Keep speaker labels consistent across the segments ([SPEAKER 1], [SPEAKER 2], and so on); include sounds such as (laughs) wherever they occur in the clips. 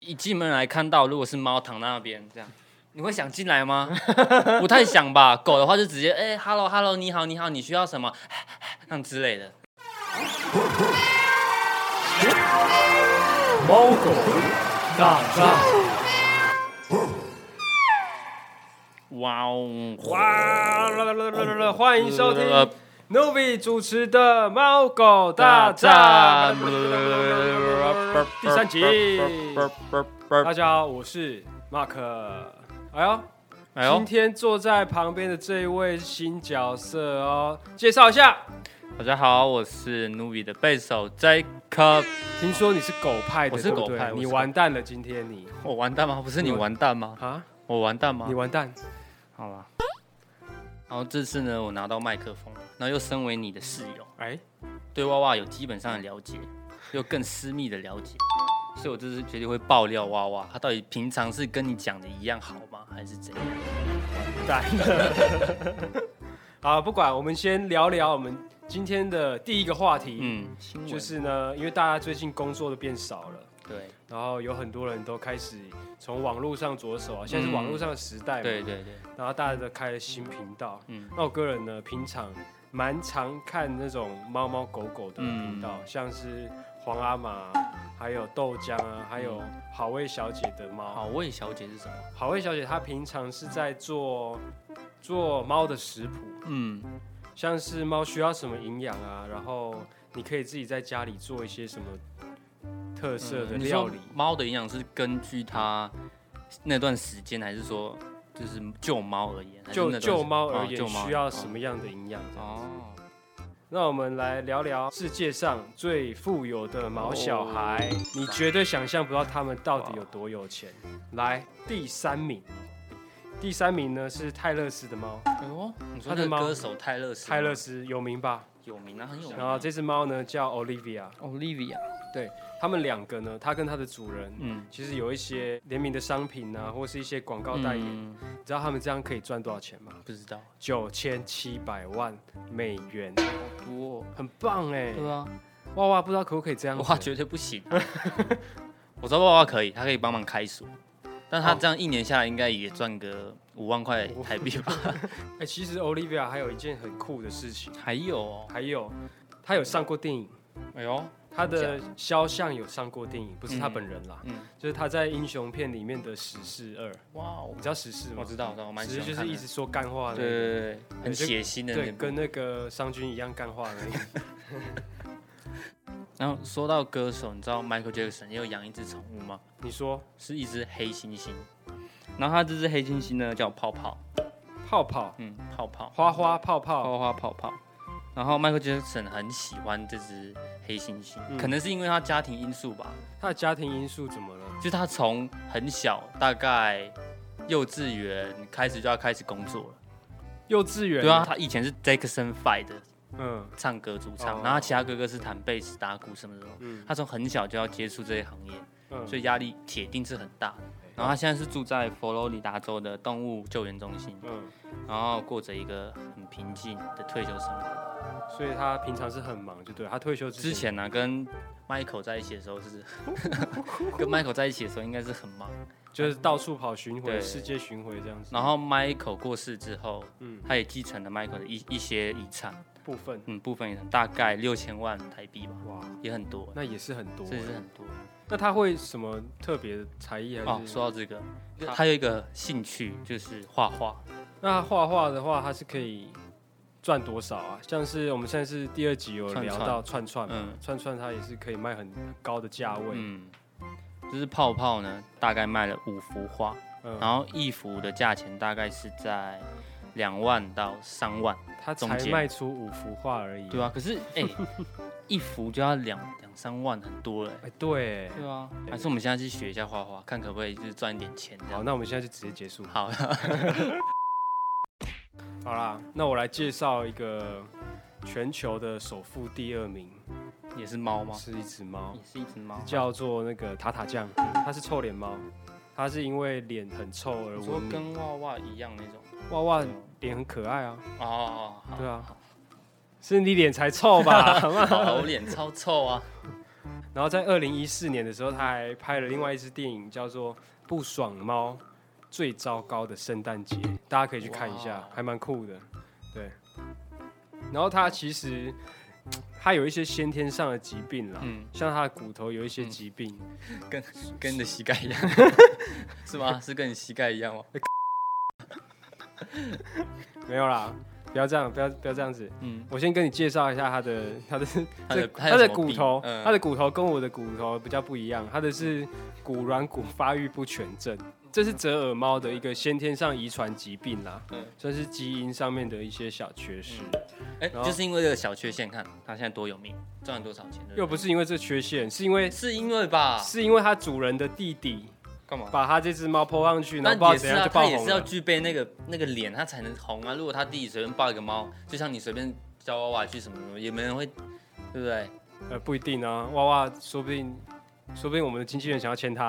[SPEAKER 1] 一进门来看到，如果是猫躺在那边这样，你会想进来吗？ (laughs) 不太想吧。狗的话就直接哎、h e l l o hello，你好你好，你需要什么？ (laughs) 那样之类的。
[SPEAKER 2] 猫狗大战，
[SPEAKER 1] 哇哦！
[SPEAKER 2] 哇啦啦啦啦啦啦！欢迎收听
[SPEAKER 1] 呃
[SPEAKER 2] Novi 主持的《猫狗大战》 (laughs) 第三集。大家好，我是马克。哎呦，
[SPEAKER 1] 哎
[SPEAKER 2] 今
[SPEAKER 1] 呦，
[SPEAKER 2] 天坐在旁边的这一位是新角色哦，介绍一下。
[SPEAKER 1] 大家好，我是 Nubi 的贝斯手 Jacob。
[SPEAKER 2] 听说你是狗派的，
[SPEAKER 1] 我是
[SPEAKER 2] 对不
[SPEAKER 1] 狗
[SPEAKER 2] 对
[SPEAKER 1] 派我是
[SPEAKER 2] 你
[SPEAKER 1] 狗
[SPEAKER 2] 完蛋了，今天你
[SPEAKER 1] 我完蛋吗？不是你完蛋吗？
[SPEAKER 2] 啊，
[SPEAKER 1] 我完蛋吗
[SPEAKER 2] 你？完蛋。
[SPEAKER 1] 好吧。然后这次呢，我拿到麦克风，然后又身为你的室友，
[SPEAKER 2] 哎，
[SPEAKER 1] 对娃娃有基本上的了解，又更私密的了解，所以我这次决定会爆料娃娃，他到底平常是跟你讲的一样好吗，还是怎样？
[SPEAKER 2] 蛋。好，不管，我们先聊聊我们今天的第一个话题。
[SPEAKER 1] 嗯，新闻
[SPEAKER 2] 就是呢，因为大家最近工作的变少了，
[SPEAKER 1] 对
[SPEAKER 2] 然后有很多人都开始从网络上着手啊，现在是网络上的时代嘛，
[SPEAKER 1] 嗯对对对，
[SPEAKER 2] 然后大家都开了新频道。
[SPEAKER 1] 嗯
[SPEAKER 2] 那我个人呢，平常蛮常看那种猫猫狗狗的频道，
[SPEAKER 1] 嗯
[SPEAKER 2] 像是皇阿玛啊，还有豆浆啊，还有好味小姐的猫。
[SPEAKER 1] 好味小姐是什么？
[SPEAKER 2] 好味小姐她平常是在做做猫的食谱，
[SPEAKER 1] 嗯，
[SPEAKER 2] 像是猫需要什么营养啊，然后你可以自己在家里做一些什么特色的
[SPEAKER 1] 嗯你
[SPEAKER 2] 料
[SPEAKER 1] 说
[SPEAKER 2] 理。
[SPEAKER 1] 猫的营养是根据它那段时间，还是说就是就猫而言？还是
[SPEAKER 2] 就
[SPEAKER 1] 那段
[SPEAKER 2] 就猫而
[SPEAKER 1] 哦
[SPEAKER 2] 言，
[SPEAKER 1] 就猫
[SPEAKER 2] 需要什么样的营养？这样
[SPEAKER 1] 哦，
[SPEAKER 2] 那我们来聊聊世界上最富有的毛
[SPEAKER 1] 哦
[SPEAKER 2] 小孩，你绝对想象不到他们到底有多有钱。来，第三名，第三名呢是泰勒斯的猫，
[SPEAKER 1] 哎呦，你说
[SPEAKER 2] 它的
[SPEAKER 1] 那个
[SPEAKER 2] 猫
[SPEAKER 1] 歌手泰勒斯吗，
[SPEAKER 2] 泰勒斯有名吧？
[SPEAKER 1] 有名啊，很有名。
[SPEAKER 2] 然后这只猫呢叫 Olivia，
[SPEAKER 1] Olivia，
[SPEAKER 2] 它们两个呢，它跟它的主人
[SPEAKER 1] 嗯，
[SPEAKER 2] 其实有一些联名的商品啊，或是一些广告代言，
[SPEAKER 1] 嗯
[SPEAKER 2] 你知道他们这样可以赚多少钱吗？
[SPEAKER 1] 不知道，
[SPEAKER 2] 九千七百万美元，
[SPEAKER 1] 好多哦，
[SPEAKER 2] 很棒哎！
[SPEAKER 1] 对啊，
[SPEAKER 2] 哇哇，不知道可不可以这样子？
[SPEAKER 1] 哇，绝对不行、啊。 (laughs) 我知道娃娃可以，他可以帮忙开锁，但他这样一年下来应该也赚个五万块台币吧？
[SPEAKER 2] 哎、其实 Olivia 还有一件很酷的事情，
[SPEAKER 1] 还有、哦，
[SPEAKER 2] 还有她有上过电影，
[SPEAKER 1] 哎呦，
[SPEAKER 2] 她的肖像有上过电影，不是她本人啦，
[SPEAKER 1] 嗯，
[SPEAKER 2] 就是她在英雄片里面的史诗二，
[SPEAKER 1] 哇哦
[SPEAKER 2] 你，知道史诗
[SPEAKER 1] 我
[SPEAKER 2] 吗？
[SPEAKER 1] 知道，我知道，我蛮喜
[SPEAKER 2] 史诗
[SPEAKER 1] 欢
[SPEAKER 2] 就是
[SPEAKER 1] 看的
[SPEAKER 2] 一直说干话的
[SPEAKER 1] 对
[SPEAKER 2] 那个，
[SPEAKER 1] 对对对，很血腥的那
[SPEAKER 2] 对，
[SPEAKER 1] 部
[SPEAKER 2] 跟。那个商君一样干话的那 (laughs) 个。
[SPEAKER 1] 然后说到歌手，你知道 Michael Jackson 也有养一只宠物吗？
[SPEAKER 2] 你说
[SPEAKER 1] 是一只黑猩猩，然后他这只黑猩猩呢叫泡泡，
[SPEAKER 2] 泡泡、
[SPEAKER 1] 嗯，泡泡，
[SPEAKER 2] 花花、泡泡，
[SPEAKER 1] 花花泡泡。然后 Michael Jackson 很喜欢这只黑猩猩，
[SPEAKER 2] 嗯
[SPEAKER 1] 可能是因为他家庭因素吧，
[SPEAKER 2] 她的家庭因素怎么了？
[SPEAKER 1] 就是他从很小，大概幼稚园开始就要开始工作了。
[SPEAKER 2] 幼稚园
[SPEAKER 1] 对啊，，他以前是 Jackson Five 的
[SPEAKER 2] 嗯
[SPEAKER 1] 唱歌主唱，
[SPEAKER 2] 哦
[SPEAKER 1] 然后他其他哥哥是弹贝斯、打鼓什么的。
[SPEAKER 2] 嗯
[SPEAKER 1] 他从很小就要接触这些行业，
[SPEAKER 2] 嗯，
[SPEAKER 1] 所以压力铁定是很大的。然后他现在是住在佛罗里达州的动物救援中心，
[SPEAKER 2] 嗯，
[SPEAKER 1] 然后过着一个很平静的退休生活。
[SPEAKER 2] 所以他平常是很忙，就对了。他退休
[SPEAKER 1] 之
[SPEAKER 2] 之前，
[SPEAKER 1] 前呢、啊跟 Michael 在一起的时候是， (laughs) 跟 Michael 在一起的时候应该是很忙。
[SPEAKER 2] 就是到处跑巡回，
[SPEAKER 1] 对
[SPEAKER 2] 世界巡回这样子。
[SPEAKER 1] 然后 Michael 过世之后，
[SPEAKER 2] 嗯，
[SPEAKER 1] 他也继承了 Michael 的一一些遗产，
[SPEAKER 2] 部分
[SPEAKER 1] 嗯，部分遗产大概六千万台币吧，
[SPEAKER 2] 哇，
[SPEAKER 1] 也很多，
[SPEAKER 2] 那也是很多欸。
[SPEAKER 1] 这也是很多。
[SPEAKER 2] 那他会什么特别的才艺
[SPEAKER 1] 哦
[SPEAKER 2] 还，是？
[SPEAKER 1] 说到这个，他有一个兴趣就是画画，
[SPEAKER 2] 那画画的话，他是可以赚多少啊？像是我们现在是第二集有
[SPEAKER 1] 串
[SPEAKER 2] 聊
[SPEAKER 1] 串
[SPEAKER 2] 到串串嘛，
[SPEAKER 1] 嗯
[SPEAKER 2] 串串它也是可以卖很高的价位。
[SPEAKER 1] 嗯，就是泡泡呢，大概卖了五幅画，
[SPEAKER 2] 嗯，
[SPEAKER 1] 然后一幅的价钱大概是在两万到三万，
[SPEAKER 2] 他才
[SPEAKER 1] 中间
[SPEAKER 2] 卖出五幅画而已。
[SPEAKER 1] 对啊，可是哎、一幅就要两两三万，很多嘞、
[SPEAKER 2] 哎，对欸。
[SPEAKER 1] 对啊，还是我们现在去学一下画画，看可不可以就是赚一点钱这
[SPEAKER 2] 好，
[SPEAKER 1] 样。
[SPEAKER 2] 那我们现在就直接结束。
[SPEAKER 1] 好， (laughs)
[SPEAKER 2] 好啦，那我来介绍一个全球的首富第二名，
[SPEAKER 1] 也是猫吗？
[SPEAKER 2] 是一只猫
[SPEAKER 1] 也，是一只猫。
[SPEAKER 2] 叫做那个塔塔酱，它是臭脸猫，它是因为脸很臭而
[SPEAKER 1] 你说
[SPEAKER 2] 闻名。
[SPEAKER 1] 跟娃娃一样那种？
[SPEAKER 2] 哇哇，脸很可爱啊。
[SPEAKER 1] 嗯哦哦，好
[SPEAKER 2] 对啊，是你脸才臭吧？ (laughs)
[SPEAKER 1] (laughs) 好，我脸超臭啊！
[SPEAKER 2] 然后在二零一四年的时候，他还拍了另外一支电影，叫做《不爽猫最糟糕的圣诞节》，大家可以去看一下
[SPEAKER 1] 哇，
[SPEAKER 2] 还蛮酷的。对，然后他其实他有一些先天上的疾病啦，
[SPEAKER 1] 嗯，
[SPEAKER 2] 像他的骨头有一些疾病，
[SPEAKER 1] 跟你的膝盖一 (laughs) 样，是吗？是跟你膝盖一样吗？
[SPEAKER 2] 没有啦，不要这样，不要不要这样子。
[SPEAKER 1] 嗯，
[SPEAKER 2] 我先跟你介绍一下他的他的
[SPEAKER 1] 他的
[SPEAKER 2] 他
[SPEAKER 1] 有
[SPEAKER 2] 的
[SPEAKER 1] 什么
[SPEAKER 2] 骨
[SPEAKER 1] 病
[SPEAKER 2] 头，
[SPEAKER 1] 嗯
[SPEAKER 2] 他的骨头跟我的骨头比较不一样，他的是骨软骨发育不全症，这是折耳猫的一个先天上遗传疾病啦，
[SPEAKER 1] 嗯
[SPEAKER 2] 算是基因上面的一些小缺失，
[SPEAKER 1] 哎、
[SPEAKER 2] 然后
[SPEAKER 1] 就是因为这个小缺陷，看他现在多有命，赚了多少钱？对不对
[SPEAKER 2] 又不是因为这缺陷，是因为
[SPEAKER 1] 是因为吧？ (laughs)
[SPEAKER 2] 是因为它主人的弟弟
[SPEAKER 1] 干嘛？
[SPEAKER 2] 把他这只猫抛上去，然后
[SPEAKER 1] 但
[SPEAKER 2] 不知道
[SPEAKER 1] 也
[SPEAKER 2] 怎
[SPEAKER 1] 是
[SPEAKER 2] 样
[SPEAKER 1] 要
[SPEAKER 2] 就爆
[SPEAKER 1] 他也
[SPEAKER 2] 红
[SPEAKER 1] 是要
[SPEAKER 2] 了。
[SPEAKER 1] 具备那个那个脸，他才能红啊。如果他弟弟随便抱一个猫，就像你随便教娃娃去什么什么，也没人会，对不
[SPEAKER 2] (laughs)
[SPEAKER 1] 对？
[SPEAKER 2] 呃，不一定啊，哇哇，说不定说不定我们的经纪人想要签
[SPEAKER 1] (laughs)
[SPEAKER 2] 他，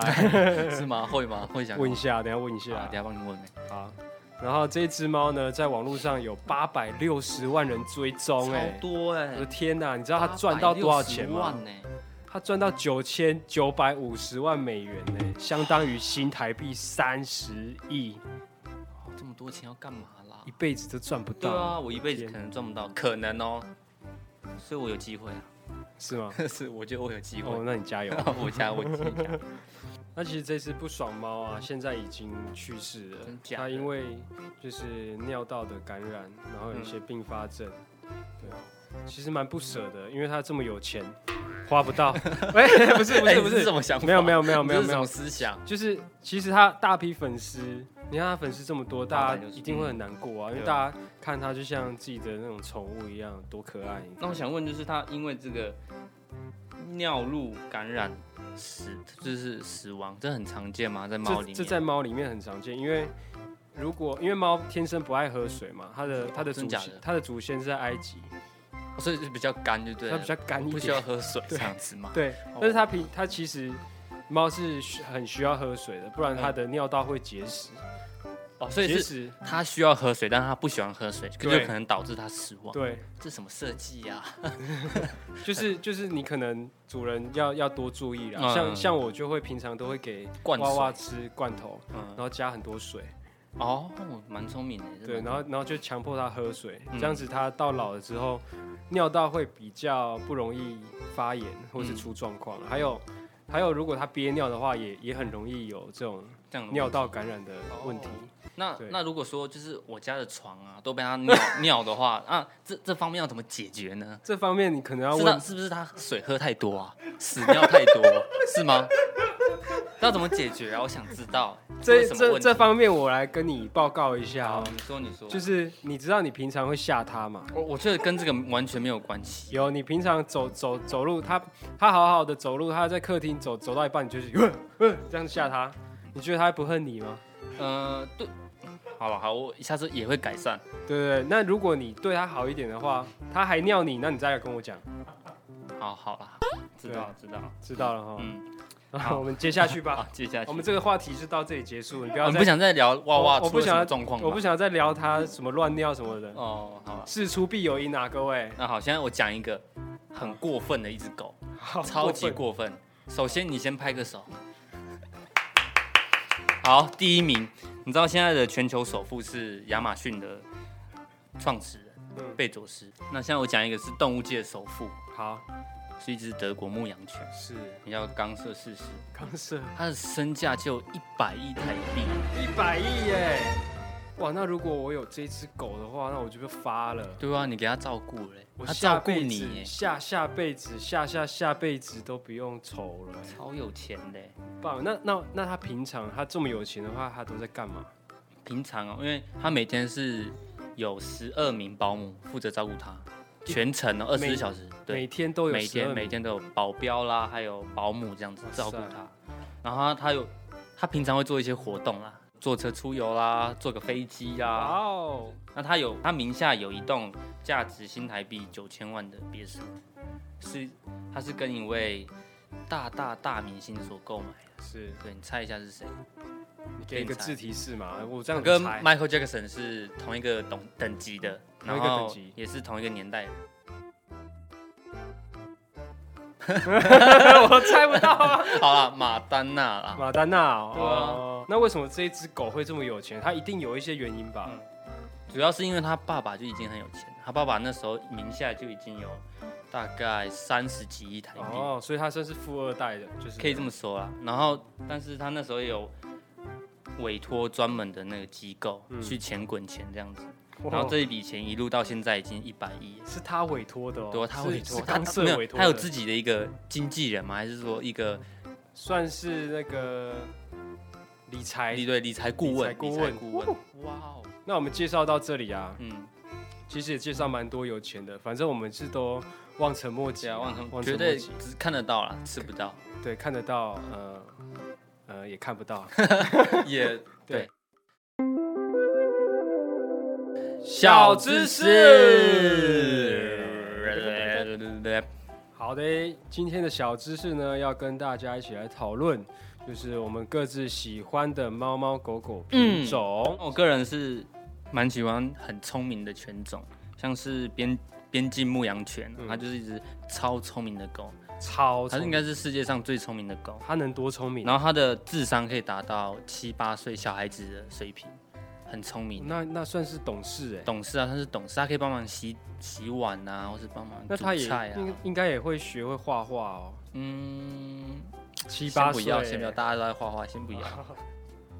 [SPEAKER 1] 是吗？会吗？会想
[SPEAKER 2] (laughs) 问一下，等一下问一
[SPEAKER 1] 啊？
[SPEAKER 2] 下
[SPEAKER 1] 等一。下帮你问、欸。
[SPEAKER 2] 好，然后这只猫呢，在网络上有八百六十万人追踪、哎
[SPEAKER 1] 超，多哎、
[SPEAKER 2] 我的
[SPEAKER 1] 欸，
[SPEAKER 2] 天哪！你知道他赚到多少钱吗？
[SPEAKER 1] 呢、
[SPEAKER 2] 他赚到九千九百五十万美元呢、相当于新台币三十亿，
[SPEAKER 1] 哦这么多钱要干嘛啦
[SPEAKER 2] 一？辈子都赚不
[SPEAKER 1] 对
[SPEAKER 2] 到，
[SPEAKER 1] 啊，我一辈子
[SPEAKER 2] 天
[SPEAKER 1] 可能赚不到，可能哦，所以我有机会啊，
[SPEAKER 2] (laughs) 是吗？
[SPEAKER 1] 是我觉得我有机会，
[SPEAKER 2] 哦，那你加油。
[SPEAKER 1] 我加我
[SPEAKER 2] (laughs)
[SPEAKER 1] 自己加，
[SPEAKER 2] 那其实这只不爽猫啊，现在已经去世了
[SPEAKER 1] 嗯真。假的
[SPEAKER 2] 它因为就是尿道的感染，然后有一些并发症。
[SPEAKER 1] 嗯
[SPEAKER 2] 对，啊其实蛮不舍的，因为它这么有钱，花
[SPEAKER 1] (laughs)
[SPEAKER 2] 不到。哎、不是不
[SPEAKER 1] 哎
[SPEAKER 2] 是
[SPEAKER 1] 你
[SPEAKER 2] 不
[SPEAKER 1] 是
[SPEAKER 2] 是
[SPEAKER 1] 什，么想法？
[SPEAKER 2] 没有没有没有
[SPEAKER 1] 你
[SPEAKER 2] 没
[SPEAKER 1] 这
[SPEAKER 2] 有
[SPEAKER 1] 是什
[SPEAKER 2] 没有
[SPEAKER 1] 么，思想？
[SPEAKER 2] 就是其实他大批粉丝，你看他粉丝这么多，大家一定会很难过啊，因为
[SPEAKER 1] 对
[SPEAKER 2] 大家看他就像自己的那种宠物一样，多可爱。
[SPEAKER 1] 那我想问，就是他因为这个尿路感染死，就是死亡，这很常见吗？在猫里
[SPEAKER 2] 这
[SPEAKER 1] 面？
[SPEAKER 2] 这在猫里面很常见，因为如果因为猫天生不爱喝水嘛，它的它的祖
[SPEAKER 1] 真假
[SPEAKER 2] 先
[SPEAKER 1] 的
[SPEAKER 2] 它的祖先是在埃及，
[SPEAKER 1] 所以就比较干，就对
[SPEAKER 2] 它
[SPEAKER 1] 了，
[SPEAKER 2] 比较干一
[SPEAKER 1] 不需要
[SPEAKER 2] 点，
[SPEAKER 1] 喝水这
[SPEAKER 2] 对
[SPEAKER 1] 样子嘛？
[SPEAKER 2] 对，
[SPEAKER 1] 哦
[SPEAKER 2] 但是它平它其实猫是需很需要喝水的，不然它的尿道会结石，
[SPEAKER 1] 哦，嗯所以
[SPEAKER 2] 结
[SPEAKER 1] 是
[SPEAKER 2] 石
[SPEAKER 1] 他需要喝水，但他不喜欢喝水，就
[SPEAKER 2] 对
[SPEAKER 1] 可能导致他死亡。 (laughs)
[SPEAKER 2] 对。
[SPEAKER 1] 这什么设计呀？
[SPEAKER 2] 就是就是你可能主人要要多注意啦，
[SPEAKER 1] 嗯
[SPEAKER 2] 像像我就会平常都会给
[SPEAKER 1] 灌
[SPEAKER 2] 娃娃
[SPEAKER 1] 水，
[SPEAKER 2] 吃罐头，然
[SPEAKER 1] 嗯，
[SPEAKER 2] 后加很多水，
[SPEAKER 1] 哦，蛮聪明的。真的
[SPEAKER 2] 对，然后然后就强迫它喝水，
[SPEAKER 1] 嗯
[SPEAKER 2] 这样子它到老了之后，尿道会比较不容易发炎或
[SPEAKER 1] 嗯
[SPEAKER 2] 是出状况，还有还有如果它憋尿的话，也也很容易有这种
[SPEAKER 1] 这样的
[SPEAKER 2] 尿道感染的
[SPEAKER 1] 哦
[SPEAKER 2] 问题。
[SPEAKER 1] 那
[SPEAKER 2] 对
[SPEAKER 1] 那如果说就是我家的床啊都被他 (laughs) 尿尿的话，啊，这这方面要怎么解决呢？
[SPEAKER 2] 这方面你可能要
[SPEAKER 1] 是他
[SPEAKER 2] 问，
[SPEAKER 1] 是不是他水喝太多啊，屎尿太多啊是吗？ (laughs) 要怎么解决啊？我想知道
[SPEAKER 2] 这
[SPEAKER 1] 有什么
[SPEAKER 2] 这
[SPEAKER 1] 问
[SPEAKER 2] 这
[SPEAKER 1] 题？
[SPEAKER 2] 方面我来跟你报告一下
[SPEAKER 1] 好
[SPEAKER 2] 哦，，
[SPEAKER 1] 你说你说，就
[SPEAKER 2] 就是是你知道你平常会吓它嘛？
[SPEAKER 1] 我我觉得跟这个完全没有关系。
[SPEAKER 2] 有，你平常走走走路，他他好好的走路，他在客厅走走到一半，你就是呃呃这样吓他，你觉得他不恨你吗？
[SPEAKER 1] 呃，对，好了好，我下次也会改善。
[SPEAKER 2] 对不对？那如果你对他好一点的话，他还尿你，那你再来跟我讲，
[SPEAKER 1] 好，好了，知
[SPEAKER 2] 啊
[SPEAKER 1] 道知道，
[SPEAKER 2] 知道了哈。
[SPEAKER 1] 嗯，
[SPEAKER 2] (laughs) 好，我们接下去
[SPEAKER 1] 好
[SPEAKER 2] 吧。，
[SPEAKER 1] 接下去
[SPEAKER 2] 我们这个话题就到这里结束，你不
[SPEAKER 1] 我
[SPEAKER 2] 要
[SPEAKER 1] 们不
[SPEAKER 2] 再，
[SPEAKER 1] 想再聊哇哇
[SPEAKER 2] 我我
[SPEAKER 1] 出
[SPEAKER 2] 不
[SPEAKER 1] 了什
[SPEAKER 2] 想
[SPEAKER 1] 么状况吧，
[SPEAKER 2] 我不想再聊他什么乱尿什么的，
[SPEAKER 1] 哦，好了。
[SPEAKER 2] 事出必有因啊，各位。
[SPEAKER 1] 那好，现在我讲一个很过分的一只狗，
[SPEAKER 2] 好
[SPEAKER 1] 超级
[SPEAKER 2] 过分
[SPEAKER 1] 过分。首先，你先拍个手。好，第一名，你知道现在的全球首富是亚马逊的创始人
[SPEAKER 2] 嗯
[SPEAKER 1] 贝佐斯。那现在我讲一个是动物界的首富，
[SPEAKER 2] 好
[SPEAKER 1] 是一只德国牧羊犬，
[SPEAKER 2] 是
[SPEAKER 1] 名叫冈瑟四世，
[SPEAKER 2] 刚射
[SPEAKER 1] 它的身价就一百亿台币。
[SPEAKER 2] 一百亿耶！哇，那如果我有这只狗的话，那我就被发了。
[SPEAKER 1] 对啊，你给它照顾嘞，
[SPEAKER 2] 我
[SPEAKER 1] 它
[SPEAKER 2] 下
[SPEAKER 1] 照顾
[SPEAKER 2] 辈
[SPEAKER 1] 你
[SPEAKER 2] 子、
[SPEAKER 1] 耶，
[SPEAKER 2] 下下辈子、下下下辈子都不用愁了、欸，
[SPEAKER 1] 超有钱嘞。
[SPEAKER 2] 棒！那那那他平常他这么有钱的话，他都在干嘛？
[SPEAKER 1] 平常哦，因为他每天是有十二名保姆负责照顾他，全程哦，二十
[SPEAKER 2] 每
[SPEAKER 1] 四小时，对，
[SPEAKER 2] 每天都有
[SPEAKER 1] 每天
[SPEAKER 2] 12
[SPEAKER 1] 每天都有保镖啦，还有保姆这样子
[SPEAKER 2] 哇塞
[SPEAKER 1] 照顾他。然后他他有，他平常会做一些活动啦，坐车出游啦，坐个飞机
[SPEAKER 2] 哇
[SPEAKER 1] 啦。
[SPEAKER 2] 哦，
[SPEAKER 1] 那他有他名下有一栋价值新台币九千万的别墅，是他是跟一位大大大明星所购买的。
[SPEAKER 2] 是
[SPEAKER 1] 对你猜一下是谁？
[SPEAKER 2] 你给一个
[SPEAKER 1] 天才
[SPEAKER 2] 字提示嘛？我这样
[SPEAKER 1] 嗯跟
[SPEAKER 2] 跟
[SPEAKER 1] (laughs)
[SPEAKER 2] 猜
[SPEAKER 1] Michael Jackson 是同一个等等级的，
[SPEAKER 2] 同
[SPEAKER 1] 然
[SPEAKER 2] 一个等
[SPEAKER 1] 后
[SPEAKER 2] 级
[SPEAKER 1] 也是同一个年代的。
[SPEAKER 2] 我猜不到啊。
[SPEAKER 1] (laughs) 好啦，马丹娜啦，
[SPEAKER 2] (laughs) 马丹娜
[SPEAKER 1] 对啊
[SPEAKER 2] 哦，那为什么这一只狗会这么有钱？它一定有一些原因吧？
[SPEAKER 1] 嗯主要是因为他爸爸就已经很有钱，他爸爸那时候名下就已经有大概三十几亿台币，
[SPEAKER 2] 哦，所以它算是富二代的，就是
[SPEAKER 1] 可以这么说啦。然后，但是他那时候也有委托专门的那个机构、
[SPEAKER 2] 嗯
[SPEAKER 1] 去钱滚钱这样子，
[SPEAKER 2] 哇。
[SPEAKER 1] 然后这一笔钱一路到现在已经一百亿了。
[SPEAKER 2] 是他委托的哦，
[SPEAKER 1] 对，啊他
[SPEAKER 2] 是
[SPEAKER 1] 委托，
[SPEAKER 2] 是
[SPEAKER 1] 他
[SPEAKER 2] 公
[SPEAKER 1] 他没
[SPEAKER 2] 社
[SPEAKER 1] 有
[SPEAKER 2] 委托的，
[SPEAKER 1] 他有自己的一个经纪人吗？还是说一个
[SPEAKER 2] 算是那个理财
[SPEAKER 1] 理对理财顾问？
[SPEAKER 2] 理财顾
[SPEAKER 1] 理
[SPEAKER 2] 问
[SPEAKER 1] 财顾问，哇哦，
[SPEAKER 2] 那我们介绍到这里啊，
[SPEAKER 1] 嗯，
[SPEAKER 2] 其实也介绍蛮多有钱的，反正我们是都望尘莫及
[SPEAKER 1] 对啊，
[SPEAKER 2] 啊，
[SPEAKER 1] 望成
[SPEAKER 2] 望
[SPEAKER 1] 绝
[SPEAKER 2] 尘
[SPEAKER 1] 对
[SPEAKER 2] 莫及，
[SPEAKER 1] 只看得到啦，吃不
[SPEAKER 2] (laughs)
[SPEAKER 1] 到，
[SPEAKER 2] 对，看得到，呃呃，也看
[SPEAKER 1] (laughs)
[SPEAKER 2] 不到。
[SPEAKER 1] 也对。
[SPEAKER 2] 小知识
[SPEAKER 1] 识，
[SPEAKER 2] (laughs) 好的，今天的小知识呢，要跟大家一起来讨论，就是我们各自喜欢的猫猫狗狗品
[SPEAKER 1] 嗯
[SPEAKER 2] 种。
[SPEAKER 1] 我个人是蛮喜欢很聪明的犬种，像是边边境牧羊犬，
[SPEAKER 2] 嗯
[SPEAKER 1] 它就是一只超聪明的狗，
[SPEAKER 2] 超
[SPEAKER 1] 它
[SPEAKER 2] 聪
[SPEAKER 1] 应
[SPEAKER 2] 明，
[SPEAKER 1] 该是世界上最聪明的狗。
[SPEAKER 2] 它能多聪明？
[SPEAKER 1] 然后它的智商可以达到七八岁小孩子的水平，很聪明，
[SPEAKER 2] 那那算是懂事哎。
[SPEAKER 1] 懂事啊，它是懂事，它可以帮忙洗洗碗啊，或是帮忙
[SPEAKER 2] 那
[SPEAKER 1] 煮
[SPEAKER 2] 它也
[SPEAKER 1] 菜啊
[SPEAKER 2] 应。应该也会学会画画哦，
[SPEAKER 1] 嗯，
[SPEAKER 2] 七
[SPEAKER 1] 先
[SPEAKER 2] 八
[SPEAKER 1] 不
[SPEAKER 2] 岁。欸
[SPEAKER 1] 要，先不要，大家都在画画，先不要。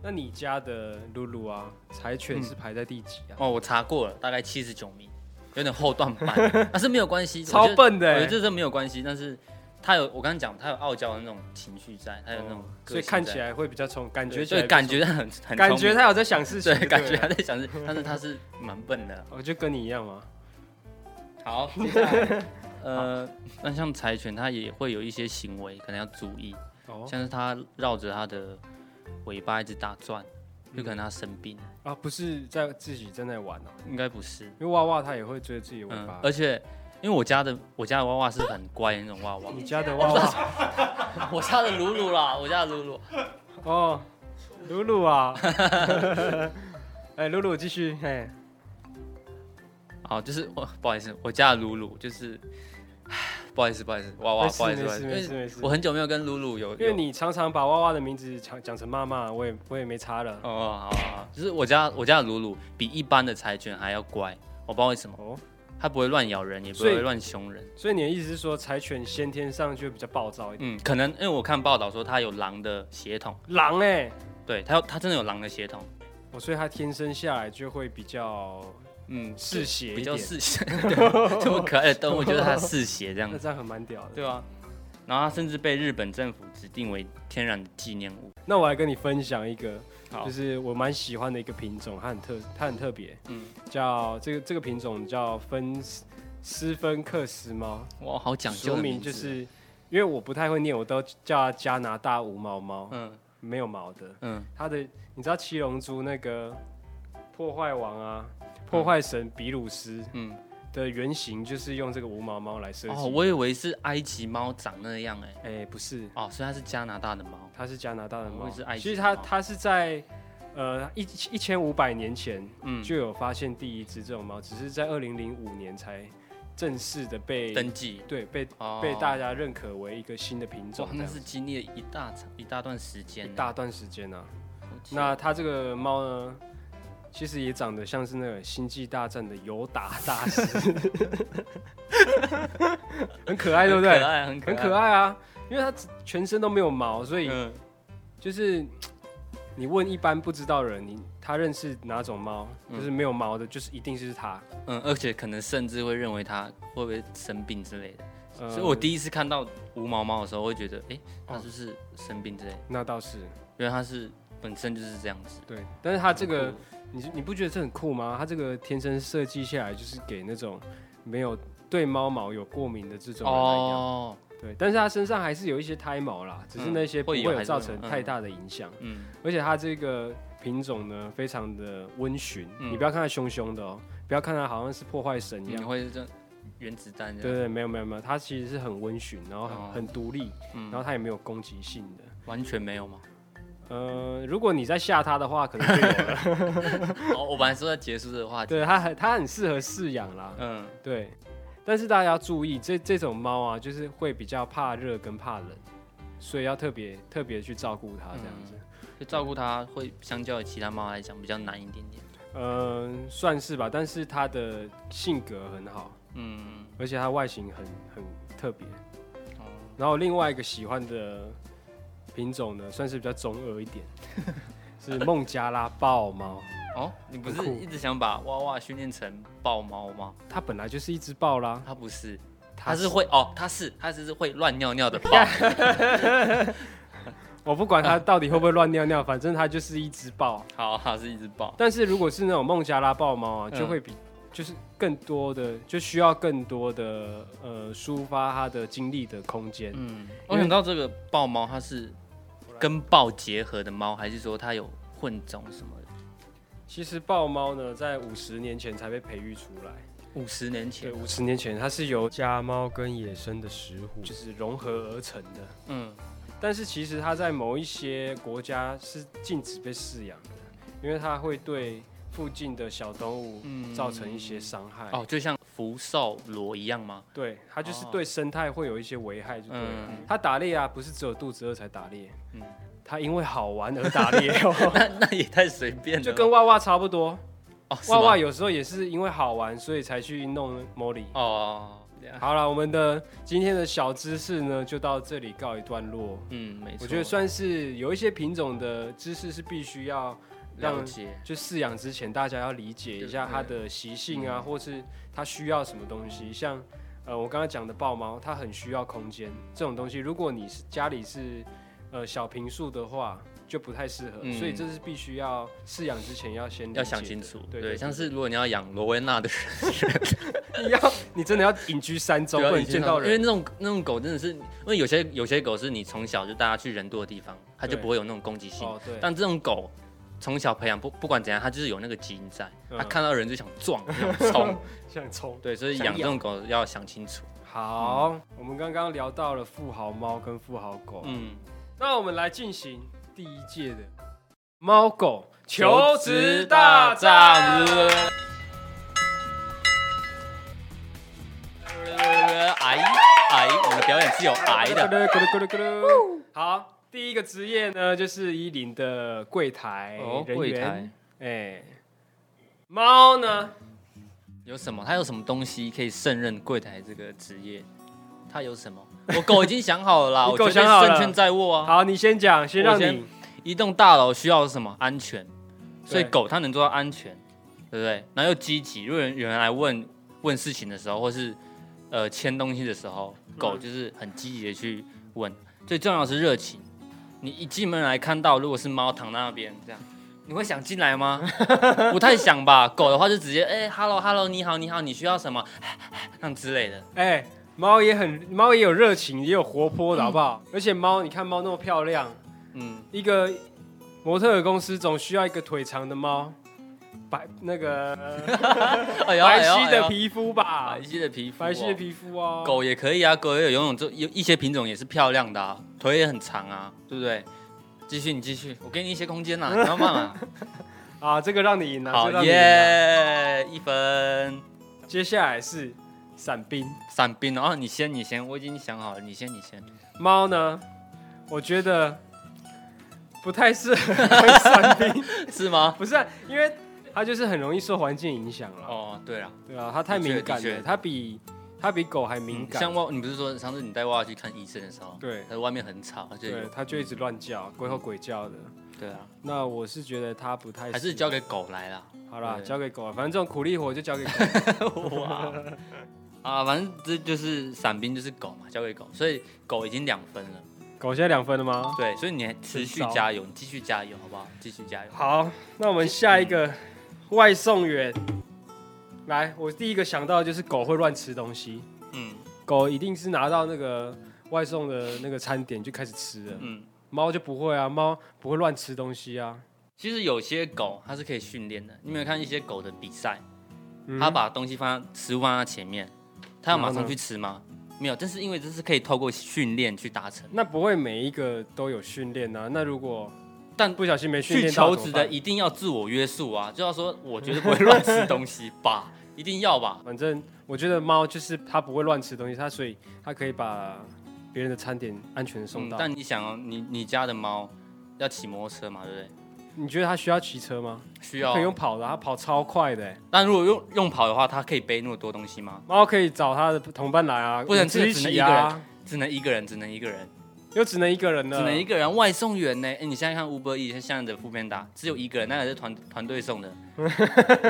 [SPEAKER 2] 那你家的露露啊，柴犬是排在第几啊？
[SPEAKER 1] 嗯哦，我查过了，大概七十九名，有点后段
[SPEAKER 2] (laughs)
[SPEAKER 1] 班，但是没有关系，
[SPEAKER 2] 超笨的
[SPEAKER 1] 我觉得，我觉
[SPEAKER 2] 欸
[SPEAKER 1] 得这是没有关系，但是他有我刚刚讲，他有傲娇的那种情绪在，他有那种
[SPEAKER 2] 哦
[SPEAKER 1] 个性在，
[SPEAKER 2] 所以看起来会比较聪，感觉
[SPEAKER 1] 对
[SPEAKER 2] 起来
[SPEAKER 1] 对感觉很很
[SPEAKER 2] 感
[SPEAKER 1] 聪
[SPEAKER 2] 觉
[SPEAKER 1] 明
[SPEAKER 2] 他有在想事情，
[SPEAKER 1] 对感觉他
[SPEAKER 2] 了，哦
[SPEAKER 1] 在想事，但是他是蛮笨
[SPEAKER 2] (laughs)
[SPEAKER 1] 的。
[SPEAKER 2] 我就跟你一样嘛。
[SPEAKER 1] 好，接下来。 (laughs) 呃，那像柴犬，它也会有一些行为，可能要注意，
[SPEAKER 2] 哦
[SPEAKER 1] 像是它绕着它的尾巴一直打转，
[SPEAKER 2] 嗯
[SPEAKER 1] 有可能它生病，
[SPEAKER 2] 啊，不是在自己正在玩哦，
[SPEAKER 1] 应该不是，
[SPEAKER 2] 因为娃娃它也会追自己的尾
[SPEAKER 1] 嗯
[SPEAKER 2] 巴，。
[SPEAKER 1] 而且因为我家的我家的娃娃是很乖的那种娃娃，
[SPEAKER 2] 你家的娃娃
[SPEAKER 1] 啊我家的鲁鲁啦，我家的鲁鲁，
[SPEAKER 2] 哦，露
[SPEAKER 1] (laughs)
[SPEAKER 2] 露啊，哎，露露继续，哎，
[SPEAKER 1] 好，啊就是我不好意思，我家的鲁鲁就是， (sighs) 唉不好意思不好意思，娃娃
[SPEAKER 2] 没事
[SPEAKER 1] 不好意思不
[SPEAKER 2] 没
[SPEAKER 1] 好意
[SPEAKER 2] 事
[SPEAKER 1] 思，
[SPEAKER 2] 没事
[SPEAKER 1] 因为
[SPEAKER 2] 没事
[SPEAKER 1] 我，很久没有跟鲁鲁有，
[SPEAKER 2] 因为
[SPEAKER 1] 有
[SPEAKER 2] 你常常把娃娃的名字讲讲成妈妈，我也我也没差了。
[SPEAKER 1] 哦哦好好好，就是我家我家的鲁鲁比一般的柴犬还要乖，我不知道为什么，
[SPEAKER 2] 哦，
[SPEAKER 1] 它不会乱咬人，也不
[SPEAKER 2] 所以
[SPEAKER 1] 会乱凶人。
[SPEAKER 2] 所以你的意思是说，柴犬先天上就比较暴躁一点？
[SPEAKER 1] 嗯，可能因为我看报道说它有狼的血统，
[SPEAKER 2] 狼哎，
[SPEAKER 1] 对，它有它真的有狼的血统，
[SPEAKER 2] 哦，所以它天生下来就会比较
[SPEAKER 1] 嗯，
[SPEAKER 2] 嗜血
[SPEAKER 1] 比
[SPEAKER 2] 一
[SPEAKER 1] 较
[SPEAKER 2] 点。
[SPEAKER 1] 嗜
[SPEAKER 2] (laughs)
[SPEAKER 1] 血，对这么可爱的动物，觉得它嗜血这样
[SPEAKER 2] 那
[SPEAKER 1] 子，
[SPEAKER 2] 这样很蛮屌的。
[SPEAKER 1] 对啊，然后它甚至被日本政府指定为天然的纪念物。
[SPEAKER 2] 那我来跟你分享一个，
[SPEAKER 1] 好
[SPEAKER 2] 就是我蛮喜欢的一个品种，它很特，它很特别，
[SPEAKER 1] 嗯，
[SPEAKER 2] 叫这个这个品种叫芬斯斯芬克斯猫，
[SPEAKER 1] 哇，好讲究
[SPEAKER 2] 说
[SPEAKER 1] 的
[SPEAKER 2] 明
[SPEAKER 1] 名
[SPEAKER 2] 就
[SPEAKER 1] 字啊
[SPEAKER 2] 是因为我不太会念，我都叫它加拿大无毛猫，
[SPEAKER 1] 嗯
[SPEAKER 2] 没有毛的。
[SPEAKER 1] 嗯，
[SPEAKER 2] 它的你知道七龙珠那个破坏王啊，破坏神比鲁斯
[SPEAKER 1] 嗯
[SPEAKER 2] 的原型就是用这个无毛猫来设计。
[SPEAKER 1] 哦，我以为是埃及猫长那样哎，
[SPEAKER 2] 哎、不是，
[SPEAKER 1] 哦，所以它是加拿大的猫，
[SPEAKER 2] 它是加拿大的
[SPEAKER 1] 我
[SPEAKER 2] 猫
[SPEAKER 1] 以为是埃，及
[SPEAKER 2] 其实它
[SPEAKER 1] 猫
[SPEAKER 2] 它是在呃一一千五百年前
[SPEAKER 1] 嗯，
[SPEAKER 2] 就有发现第一只这种猫，只是在二零零五年才正式的被
[SPEAKER 1] 登记
[SPEAKER 2] 对被、
[SPEAKER 1] 哦，
[SPEAKER 2] 被大家认可为一个新的品种
[SPEAKER 1] 哇，，
[SPEAKER 2] 这
[SPEAKER 1] 那
[SPEAKER 2] 样
[SPEAKER 1] 是经历了一大长一大段时间欸
[SPEAKER 2] 一
[SPEAKER 1] 呢，
[SPEAKER 2] 大段时间啊。
[SPEAKER 1] 好奇
[SPEAKER 2] 那它这个猫呢，其实也长得像是那个《星际大战》的尤达大师，
[SPEAKER 1] (laughs)
[SPEAKER 2] 很可爱，对不
[SPEAKER 1] 很
[SPEAKER 2] 对
[SPEAKER 1] 可？爱，很
[SPEAKER 2] 很可
[SPEAKER 1] 爱，
[SPEAKER 2] 爱啊，因为它全身都没有毛，所以
[SPEAKER 1] 嗯，
[SPEAKER 2] 就是你问一般不知道的人，你他认识哪种猫，就是没有毛的，就是一定是它。
[SPEAKER 1] 嗯，而且可能甚至会认为它会不会生病之类的，
[SPEAKER 2] 呃
[SPEAKER 1] 所以我第一次看到无毛猫的时候，会觉得，哎，它是不是生病之类的？
[SPEAKER 2] 那倒是
[SPEAKER 1] 因为它是本身就是这样子，
[SPEAKER 2] 对，但是它这
[SPEAKER 1] 很
[SPEAKER 2] 个
[SPEAKER 1] 酷
[SPEAKER 2] 你你不觉得这很酷吗？它这个天生设计下来就是给那种没有对猫毛有过敏的这种人来养。
[SPEAKER 1] 哦，
[SPEAKER 2] 对，但是它身上还是有一些胎毛啦，只是那些不会有造成太大的影响。
[SPEAKER 1] 嗯，
[SPEAKER 2] 而且它这个品种呢，非常的温驯，
[SPEAKER 1] 嗯
[SPEAKER 2] 你不要看它凶凶的哦，不要看它好像是破坏神一
[SPEAKER 1] 你
[SPEAKER 2] 样。
[SPEAKER 1] 会这样原子弹这
[SPEAKER 2] 对
[SPEAKER 1] 样，
[SPEAKER 2] 对，没有没有没有，它其实是很温驯，然后很
[SPEAKER 1] 哦
[SPEAKER 2] 很独立，
[SPEAKER 1] 嗯
[SPEAKER 2] 然后它也没有攻击性的。
[SPEAKER 1] 完全没有吗？
[SPEAKER 2] 呃，如果你在吓它的话，可
[SPEAKER 1] (laughs)
[SPEAKER 2] 能就有了。
[SPEAKER 1] 哦，我本来说要结束这个话题。
[SPEAKER 2] 对，它很它很适合饲养啦。
[SPEAKER 1] 嗯，
[SPEAKER 2] 对，但是大家要注意，这这种猫啊，就是会比较怕热跟怕冷，所以要特别特别去照顾它这样子。
[SPEAKER 1] 就照顾它会相较于其他猫来讲比较难一点点。
[SPEAKER 2] 嗯、算是吧，但是它的性格很好，
[SPEAKER 1] 嗯，
[SPEAKER 2] 而且它外形很很特别。
[SPEAKER 1] 哦，
[SPEAKER 2] 然后另外一个喜欢的品种呢，算是比较中二
[SPEAKER 1] (laughs)
[SPEAKER 2] 一点，是孟加拉豹猫。
[SPEAKER 1] 哦，你不是
[SPEAKER 2] 很酷
[SPEAKER 1] 一直想把娃娃训练成豹猫吗？
[SPEAKER 2] 它本来就是一只豹啦，
[SPEAKER 1] 它不是，
[SPEAKER 2] 它
[SPEAKER 1] 它是会哦，它是它只是会乱尿尿的 (laughs) 豹。
[SPEAKER 2] 我不管它到底会不会乱尿 (laughs) 尿，反正它就是一只豹。
[SPEAKER 1] 好，它是一只豹。
[SPEAKER 2] 但是如果是那种孟加拉豹猫啊，
[SPEAKER 1] 嗯
[SPEAKER 2] 就会比、就是更多的，就需要更多的呃抒发它的精力的空间。
[SPEAKER 1] 嗯，
[SPEAKER 2] 因
[SPEAKER 1] 我
[SPEAKER 2] 为
[SPEAKER 1] 想到这个豹猫，它是跟豹结合的猫，还是说它有混种什么的？
[SPEAKER 2] 其实豹猫呢，在五十年前才被培育出来。
[SPEAKER 1] 五十年
[SPEAKER 2] 对，
[SPEAKER 1] 前，
[SPEAKER 2] 五十年前它是由家猫跟野生的石虎就是融合而成的。
[SPEAKER 1] 嗯，
[SPEAKER 2] 但是其实它在某一些国家是禁止被饲养的，因为它会对附近的小动物
[SPEAKER 1] 嗯
[SPEAKER 2] 造成一些伤害。
[SPEAKER 1] 哦，就像福寿螺一样吗？
[SPEAKER 2] 对，它就是
[SPEAKER 1] 哦
[SPEAKER 2] 对生态会有一些危害，就对了
[SPEAKER 1] 嗯。
[SPEAKER 2] 它、打猎啊，不是只有肚子饿才打猎，
[SPEAKER 1] 嗯
[SPEAKER 2] 它因为好玩而打猎、哦，
[SPEAKER 1] (laughs) 那那也太随便了吧，
[SPEAKER 2] 就跟娃娃差不多。
[SPEAKER 1] 哦是吗
[SPEAKER 2] 娃娃有时候也是因为好玩，所以才去弄魔力。
[SPEAKER 1] 哦，这样
[SPEAKER 2] (laughs) 好了，我们的今天的小知识呢，就到这里告一段落。
[SPEAKER 1] 嗯，没错，
[SPEAKER 2] 我觉得算是有一些品种的知识是必须要
[SPEAKER 1] 了
[SPEAKER 2] 让
[SPEAKER 1] 解，
[SPEAKER 2] 就饲养之前，大家要理解一下
[SPEAKER 1] 对嗯
[SPEAKER 2] 它的习性啊，或是它需要什么东西。像呃，我刚刚讲的豹猫，它很需要空间这种东西。如果你是家里是呃小平数的话，就不太适合。
[SPEAKER 1] 嗯
[SPEAKER 2] 所以这是必须要饲养之前要先
[SPEAKER 1] 要想清
[SPEAKER 2] 清
[SPEAKER 1] 楚，
[SPEAKER 2] 对
[SPEAKER 1] 对，像
[SPEAKER 2] 是
[SPEAKER 1] 是如果你要养罗威纳的人，
[SPEAKER 2] (laughs) 你要你真的要隐居山中，
[SPEAKER 1] 不
[SPEAKER 2] 不
[SPEAKER 1] 要
[SPEAKER 2] 能
[SPEAKER 1] 以前
[SPEAKER 2] 见到
[SPEAKER 1] 因为
[SPEAKER 2] 人。
[SPEAKER 1] 那种那种狗真的是，因为有些有些狗是你从小就带它去人多的地方，它就
[SPEAKER 2] 对
[SPEAKER 1] 不会有那种攻击性，
[SPEAKER 2] 哦，对，
[SPEAKER 1] 但这种狗。从小培养不不管怎样，它就是有那个基因在，
[SPEAKER 2] 嗯
[SPEAKER 1] 它看到人就想撞、想
[SPEAKER 2] (laughs)
[SPEAKER 1] 冲，
[SPEAKER 2] 像冲。
[SPEAKER 1] 对，所以
[SPEAKER 2] 想
[SPEAKER 1] 养这
[SPEAKER 2] 养
[SPEAKER 1] 种狗要想清楚。
[SPEAKER 2] 好，我们刚刚聊到了富豪猫跟富豪狗，
[SPEAKER 1] 嗯，
[SPEAKER 2] 那我们来进行第一届的猫狗
[SPEAKER 1] 求
[SPEAKER 2] 求
[SPEAKER 1] 职
[SPEAKER 2] 职
[SPEAKER 1] 大
[SPEAKER 2] 大
[SPEAKER 1] 战
[SPEAKER 2] 战。
[SPEAKER 1] (laughs) 癌癌，我哎们的表演是有
[SPEAKER 2] 哎
[SPEAKER 1] 癌的。
[SPEAKER 2] 咕噜咕噜咕噜咕噜好，第一个职业呢，就是伊林的柜台
[SPEAKER 1] 哦
[SPEAKER 2] 人
[SPEAKER 1] 柜台
[SPEAKER 2] 员。哎、猫呢？
[SPEAKER 1] 有什么？它有什么东西可以胜任柜台这个职业？它有
[SPEAKER 2] (laughs)
[SPEAKER 1] 什么？我狗已经想好了啦，
[SPEAKER 2] 你
[SPEAKER 1] 我
[SPEAKER 2] 狗
[SPEAKER 1] 绝对
[SPEAKER 2] 想好了
[SPEAKER 1] 胜券在握啊！
[SPEAKER 2] 好，你先讲，先让
[SPEAKER 1] 我先
[SPEAKER 2] 你。
[SPEAKER 1] 一栋大楼需要什么？安全。所以
[SPEAKER 2] 对
[SPEAKER 1] 狗它能做到安全，对不对？然后又积极。如果有人有人来问问事情的时候，或是呃签东西的时候，
[SPEAKER 2] 嗯
[SPEAKER 1] 狗就是很积极的去问。最重要的是热情。你一进门来看到，如果是猫躺在那边这样，你会想进来
[SPEAKER 2] (laughs)
[SPEAKER 1] 吗？不太想吧。狗的话就直接哎、h e l l o hello，你好你好，你需要什么？ (laughs) 那样之类的。
[SPEAKER 2] 哎、猫也很，猫也有热情，也有活泼的，好不好？而且猫，你看猫那么漂亮，
[SPEAKER 1] 嗯，
[SPEAKER 2] 一个模特儿公司总需要一个腿长的猫，白
[SPEAKER 1] (laughs)
[SPEAKER 2] 那个
[SPEAKER 1] 哎呦
[SPEAKER 2] 白皙的，
[SPEAKER 1] 哎呦
[SPEAKER 2] 皮肤
[SPEAKER 1] 哎
[SPEAKER 2] 吧
[SPEAKER 1] 呦白，皙的皮肤哦，
[SPEAKER 2] 白皙的皮肤哦。
[SPEAKER 1] 狗也可以啊，狗也有游泳，这有一些品种也是漂亮的啊，腿也很长啊，对不对？继续，你继续，我给你一些空间啦，你要慢慢。
[SPEAKER 2] 啊，这个让你赢了，
[SPEAKER 1] 好
[SPEAKER 2] 这个让你赢了。
[SPEAKER 1] 耶，一分。
[SPEAKER 2] 接下来是伞兵
[SPEAKER 1] 伞兵哦，啊你先，你先，我已经想好了，你先，你先。 (laughs)
[SPEAKER 2] 猫呢，我觉得不太适
[SPEAKER 1] (laughs)
[SPEAKER 2] 合当伞兵，
[SPEAKER 1] 是吗？
[SPEAKER 2] 不是啊、因为它就是很容易受环境影响了。
[SPEAKER 1] 哦，对了，
[SPEAKER 2] 对啊，它太
[SPEAKER 1] 的确
[SPEAKER 2] 敏感
[SPEAKER 1] 的
[SPEAKER 2] 了，
[SPEAKER 1] 确
[SPEAKER 2] 它比它比狗还敏
[SPEAKER 1] 嗯
[SPEAKER 2] 感。
[SPEAKER 1] 像我，你不是说上次你带娃娃去看医生的时候，
[SPEAKER 2] 对
[SPEAKER 1] 在外面很吵，就
[SPEAKER 2] 对
[SPEAKER 1] 有，
[SPEAKER 2] 它就一直乱叫，鬼吼鬼叫的。
[SPEAKER 1] 对啊，
[SPEAKER 2] 那我是觉得它不太
[SPEAKER 1] 还是
[SPEAKER 2] 适合
[SPEAKER 1] 交给狗来啦。
[SPEAKER 2] 好啦，
[SPEAKER 1] 对
[SPEAKER 2] 交给狗啊了，反正这种苦力活就交给
[SPEAKER 1] (laughs)
[SPEAKER 2] 狗。
[SPEAKER 1] 哇， (laughs) 啊，反正这就是伞兵，就是狗嘛，交给狗，所以狗已经两分了。
[SPEAKER 2] 狗现在两分了吗？
[SPEAKER 1] 对，所以你还持续
[SPEAKER 2] 很糟
[SPEAKER 1] 加油，你继续加油，好不好？继续加油。
[SPEAKER 2] 好，那我们下一个外送员，来，我第一个想到的就是狗会乱吃东西，
[SPEAKER 1] 嗯
[SPEAKER 2] 狗一定是拿到那个外送的那个餐点就开始吃了，
[SPEAKER 1] 嗯，
[SPEAKER 2] 猫就不会啊，猫不会乱吃东西啊。
[SPEAKER 1] 其实有些狗它是可以训练的，你有没有看一些狗的比赛？
[SPEAKER 2] 嗯
[SPEAKER 1] 它把东西放在食物放在前面，它要马
[SPEAKER 2] 然
[SPEAKER 1] 上
[SPEAKER 2] 后
[SPEAKER 1] 去
[SPEAKER 2] 呢
[SPEAKER 1] 吃吗？没有，但是因为这是可以透过训练去达成。
[SPEAKER 2] 那不会每一个都有训练啊，那如果
[SPEAKER 1] 但
[SPEAKER 2] 不小心没训
[SPEAKER 1] 去
[SPEAKER 2] 练到
[SPEAKER 1] 求
[SPEAKER 2] 怎
[SPEAKER 1] 职
[SPEAKER 2] 么办 (laughs)
[SPEAKER 1] 的一定要自我约束啊，就要说我绝对不会乱吃东西吧，一定要吧？
[SPEAKER 2] 反正我觉得猫就是它不会乱吃东西，它所以它可以把别人的餐点安全地送
[SPEAKER 1] 嗯
[SPEAKER 2] 到。，
[SPEAKER 1] 但你想哦，你你家的猫要骑摩托车嘛，对不对？
[SPEAKER 2] 你觉得它需要骑车吗？
[SPEAKER 1] 需要啊
[SPEAKER 2] 可以。用跑的，它跑超快的欸。
[SPEAKER 1] 但如果用用跑的话，它可以背那么多东西吗？
[SPEAKER 2] 猫可以找它的同伴来啊，
[SPEAKER 1] 不能
[SPEAKER 2] 我们自己
[SPEAKER 1] 只能
[SPEAKER 2] 起
[SPEAKER 1] 一个人
[SPEAKER 2] 啊，
[SPEAKER 1] 只能一个人，只能一个人，
[SPEAKER 2] 又只能一个人
[SPEAKER 1] 只
[SPEAKER 2] 了，
[SPEAKER 1] 能一个人。外送员呢？哎，你现在看 Uber E 像现在的副片打，只有一个人，那个是团团队送 (laughs) 的，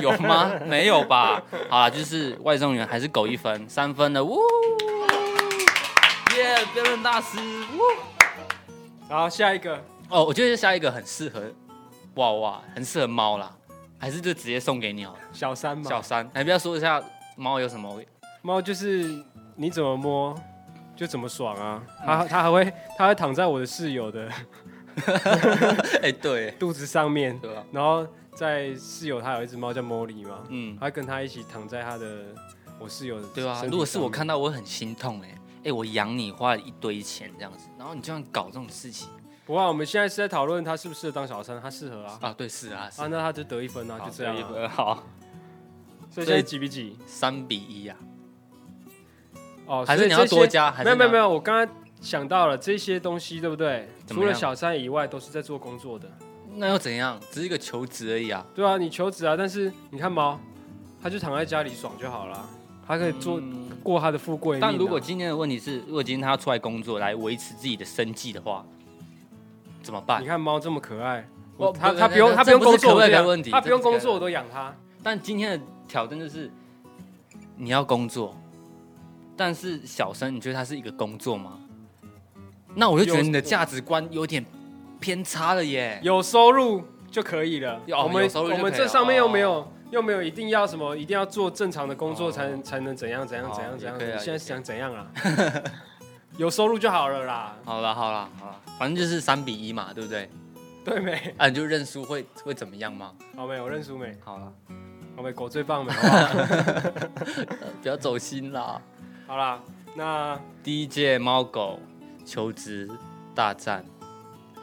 [SPEAKER 1] 有吗？没有吧？好啦，就是外送员还是狗一分，三分的，呜，耶，辩论大师，呜。
[SPEAKER 2] 然后下一个，
[SPEAKER 1] 哦，我觉得下一个很适合娃娃，很适合猫啦，还是就直接送给你好了。
[SPEAKER 2] 小三嘛，
[SPEAKER 1] 小三，还不要说一下猫有什么？
[SPEAKER 2] 猫就是你怎么摸就怎么爽啊，
[SPEAKER 1] 嗯
[SPEAKER 2] 它它还会它会躺在我的室友的
[SPEAKER 1] (laughs) 哎、对，
[SPEAKER 2] 肚子上面，
[SPEAKER 1] 对吧？
[SPEAKER 2] 然后在室友它有一只猫叫茉莉嘛，
[SPEAKER 1] 嗯，
[SPEAKER 2] 它跟它一起躺在它的我室友的
[SPEAKER 1] 对啊
[SPEAKER 2] 身。体
[SPEAKER 1] 如果是
[SPEAKER 2] 上
[SPEAKER 1] 我
[SPEAKER 2] 面
[SPEAKER 1] 看到，我会很心痛哎、哎、我养你花了一堆钱这样子，然后你就样搞这种事情
[SPEAKER 2] 不过、啊、我们现在是在讨论它适不适合当小三，它适合啊，
[SPEAKER 1] 啊？对，是啊，是
[SPEAKER 2] 啊那它就得一分啊，就这样
[SPEAKER 1] 一
[SPEAKER 2] 啊、
[SPEAKER 1] 分好，
[SPEAKER 2] 所以现在几比几？
[SPEAKER 1] 三比一啊，
[SPEAKER 2] 哦，
[SPEAKER 1] 还
[SPEAKER 2] 所
[SPEAKER 1] 是
[SPEAKER 2] 以
[SPEAKER 1] 你要
[SPEAKER 2] 这些
[SPEAKER 1] 多加？还是
[SPEAKER 2] 没有没有没
[SPEAKER 1] 有，
[SPEAKER 2] 有，我刚刚想到了这些东西，对不对？
[SPEAKER 1] 怎么
[SPEAKER 2] 除了
[SPEAKER 1] 样
[SPEAKER 2] 小三以外，都是在做工作的。
[SPEAKER 1] 那又怎样？只是一个求职而已啊。
[SPEAKER 2] 对啊，你求职啊，但是你看猫，它就躺在家里爽就好了，它可以做、
[SPEAKER 1] 嗯
[SPEAKER 2] 过它的富贵命啊、
[SPEAKER 1] 但如果今天的问题是，如果今天他要出来工作来维持自己的生计的话，怎么办
[SPEAKER 2] 啊你？看猫这么可爱，
[SPEAKER 1] 我
[SPEAKER 2] 我它
[SPEAKER 1] 哦不呃
[SPEAKER 2] 它不用
[SPEAKER 1] 那
[SPEAKER 2] 它
[SPEAKER 1] 那
[SPEAKER 2] 不
[SPEAKER 1] 这
[SPEAKER 2] 用
[SPEAKER 1] 不
[SPEAKER 2] 工
[SPEAKER 1] 是
[SPEAKER 2] 作
[SPEAKER 1] 可
[SPEAKER 2] 我
[SPEAKER 1] 不可
[SPEAKER 2] 都
[SPEAKER 1] 以的
[SPEAKER 2] 养
[SPEAKER 1] 问题
[SPEAKER 2] 它不
[SPEAKER 1] 这
[SPEAKER 2] 用
[SPEAKER 1] 不是
[SPEAKER 2] 工
[SPEAKER 1] 可
[SPEAKER 2] 作
[SPEAKER 1] 不
[SPEAKER 2] 我都养它。
[SPEAKER 1] 但今天的挑战就是你要工作，但是小生，你觉得它是一个工作吗？那我就觉得你的价值观有点偏差了耶。
[SPEAKER 2] 有收入就可以了。
[SPEAKER 1] 有
[SPEAKER 2] 我们
[SPEAKER 1] 哦有收入就可以
[SPEAKER 2] 我
[SPEAKER 1] 了
[SPEAKER 2] 们这上面又没有、
[SPEAKER 1] 哦
[SPEAKER 2] 又没有一定要什么，一定要做正常的工作
[SPEAKER 1] 哦
[SPEAKER 2] 才能、才能怎样怎样
[SPEAKER 1] 哦
[SPEAKER 2] 怎样怎样。
[SPEAKER 1] 也可以啊
[SPEAKER 2] 你现
[SPEAKER 1] 也可
[SPEAKER 2] 在
[SPEAKER 1] 以
[SPEAKER 2] 想怎样啊？ (laughs) 有收入就好了啦，
[SPEAKER 1] 好啦好啦好啦，反正就是三比一嘛，对不对？
[SPEAKER 2] (laughs) 对没？
[SPEAKER 1] 啊，你就认输会会怎么样吗？
[SPEAKER 2] 好没，我认输没？
[SPEAKER 1] 好了，
[SPEAKER 2] 好没，狗最棒
[SPEAKER 1] (laughs)
[SPEAKER 2] 没？好不好
[SPEAKER 1] 呃不要走心啦。
[SPEAKER 2] 好啦，那
[SPEAKER 1] 第一届猫狗求职大战，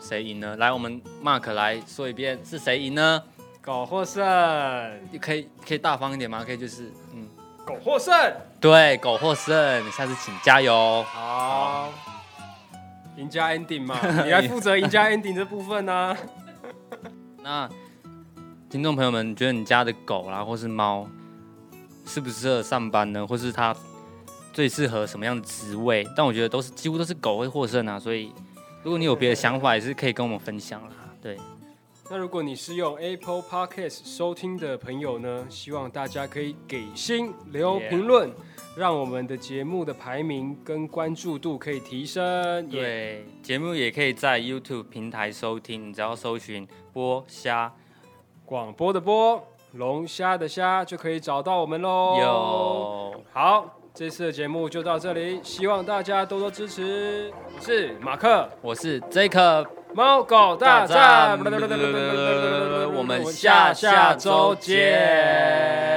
[SPEAKER 1] 谁赢呢？来，我们 Mark 来说一遍，是谁赢呢？
[SPEAKER 2] 狗获胜，
[SPEAKER 1] 可以可以大方一点吗？可以就是嗯。
[SPEAKER 2] 狗获胜，
[SPEAKER 1] 对，狗获胜，下次请加油。
[SPEAKER 2] 好。赢家 ending 嘛，
[SPEAKER 1] (laughs)
[SPEAKER 2] 你来负责赢家 ending 这部分呢、啊。
[SPEAKER 1] 那听众朋友们，你觉得你家的狗啦，或是猫，适不适合上班呢？或是它最适合什么样的职位？但我觉得都是几乎都是狗会获胜啊，所以如果你有别的想法，也是可以跟我们分享啦。对，
[SPEAKER 2] 那如果你是用 Apple Podcast 收听的朋友呢，希望大家可以给星留
[SPEAKER 1] Yeah
[SPEAKER 2] 评论让我们的节目的排名跟关注度可以提升。也
[SPEAKER 1] 对，节目也可以在 YouTube 平台收听，你只要搜寻“播虾
[SPEAKER 2] 广播的播，龙虾的虾就可以找到我们喽。
[SPEAKER 1] 有
[SPEAKER 2] 好，这次的节目就到这里，希望大家多多支持。我是马克，”，
[SPEAKER 1] 我是 Jacob，
[SPEAKER 2] 猫狗大
[SPEAKER 1] 大
[SPEAKER 2] 战，
[SPEAKER 1] 战
[SPEAKER 2] 我
[SPEAKER 1] 我
[SPEAKER 2] (laughs) 们
[SPEAKER 1] 们下
[SPEAKER 2] 下下
[SPEAKER 1] 下
[SPEAKER 2] 周
[SPEAKER 1] 周
[SPEAKER 2] 见
[SPEAKER 1] 见。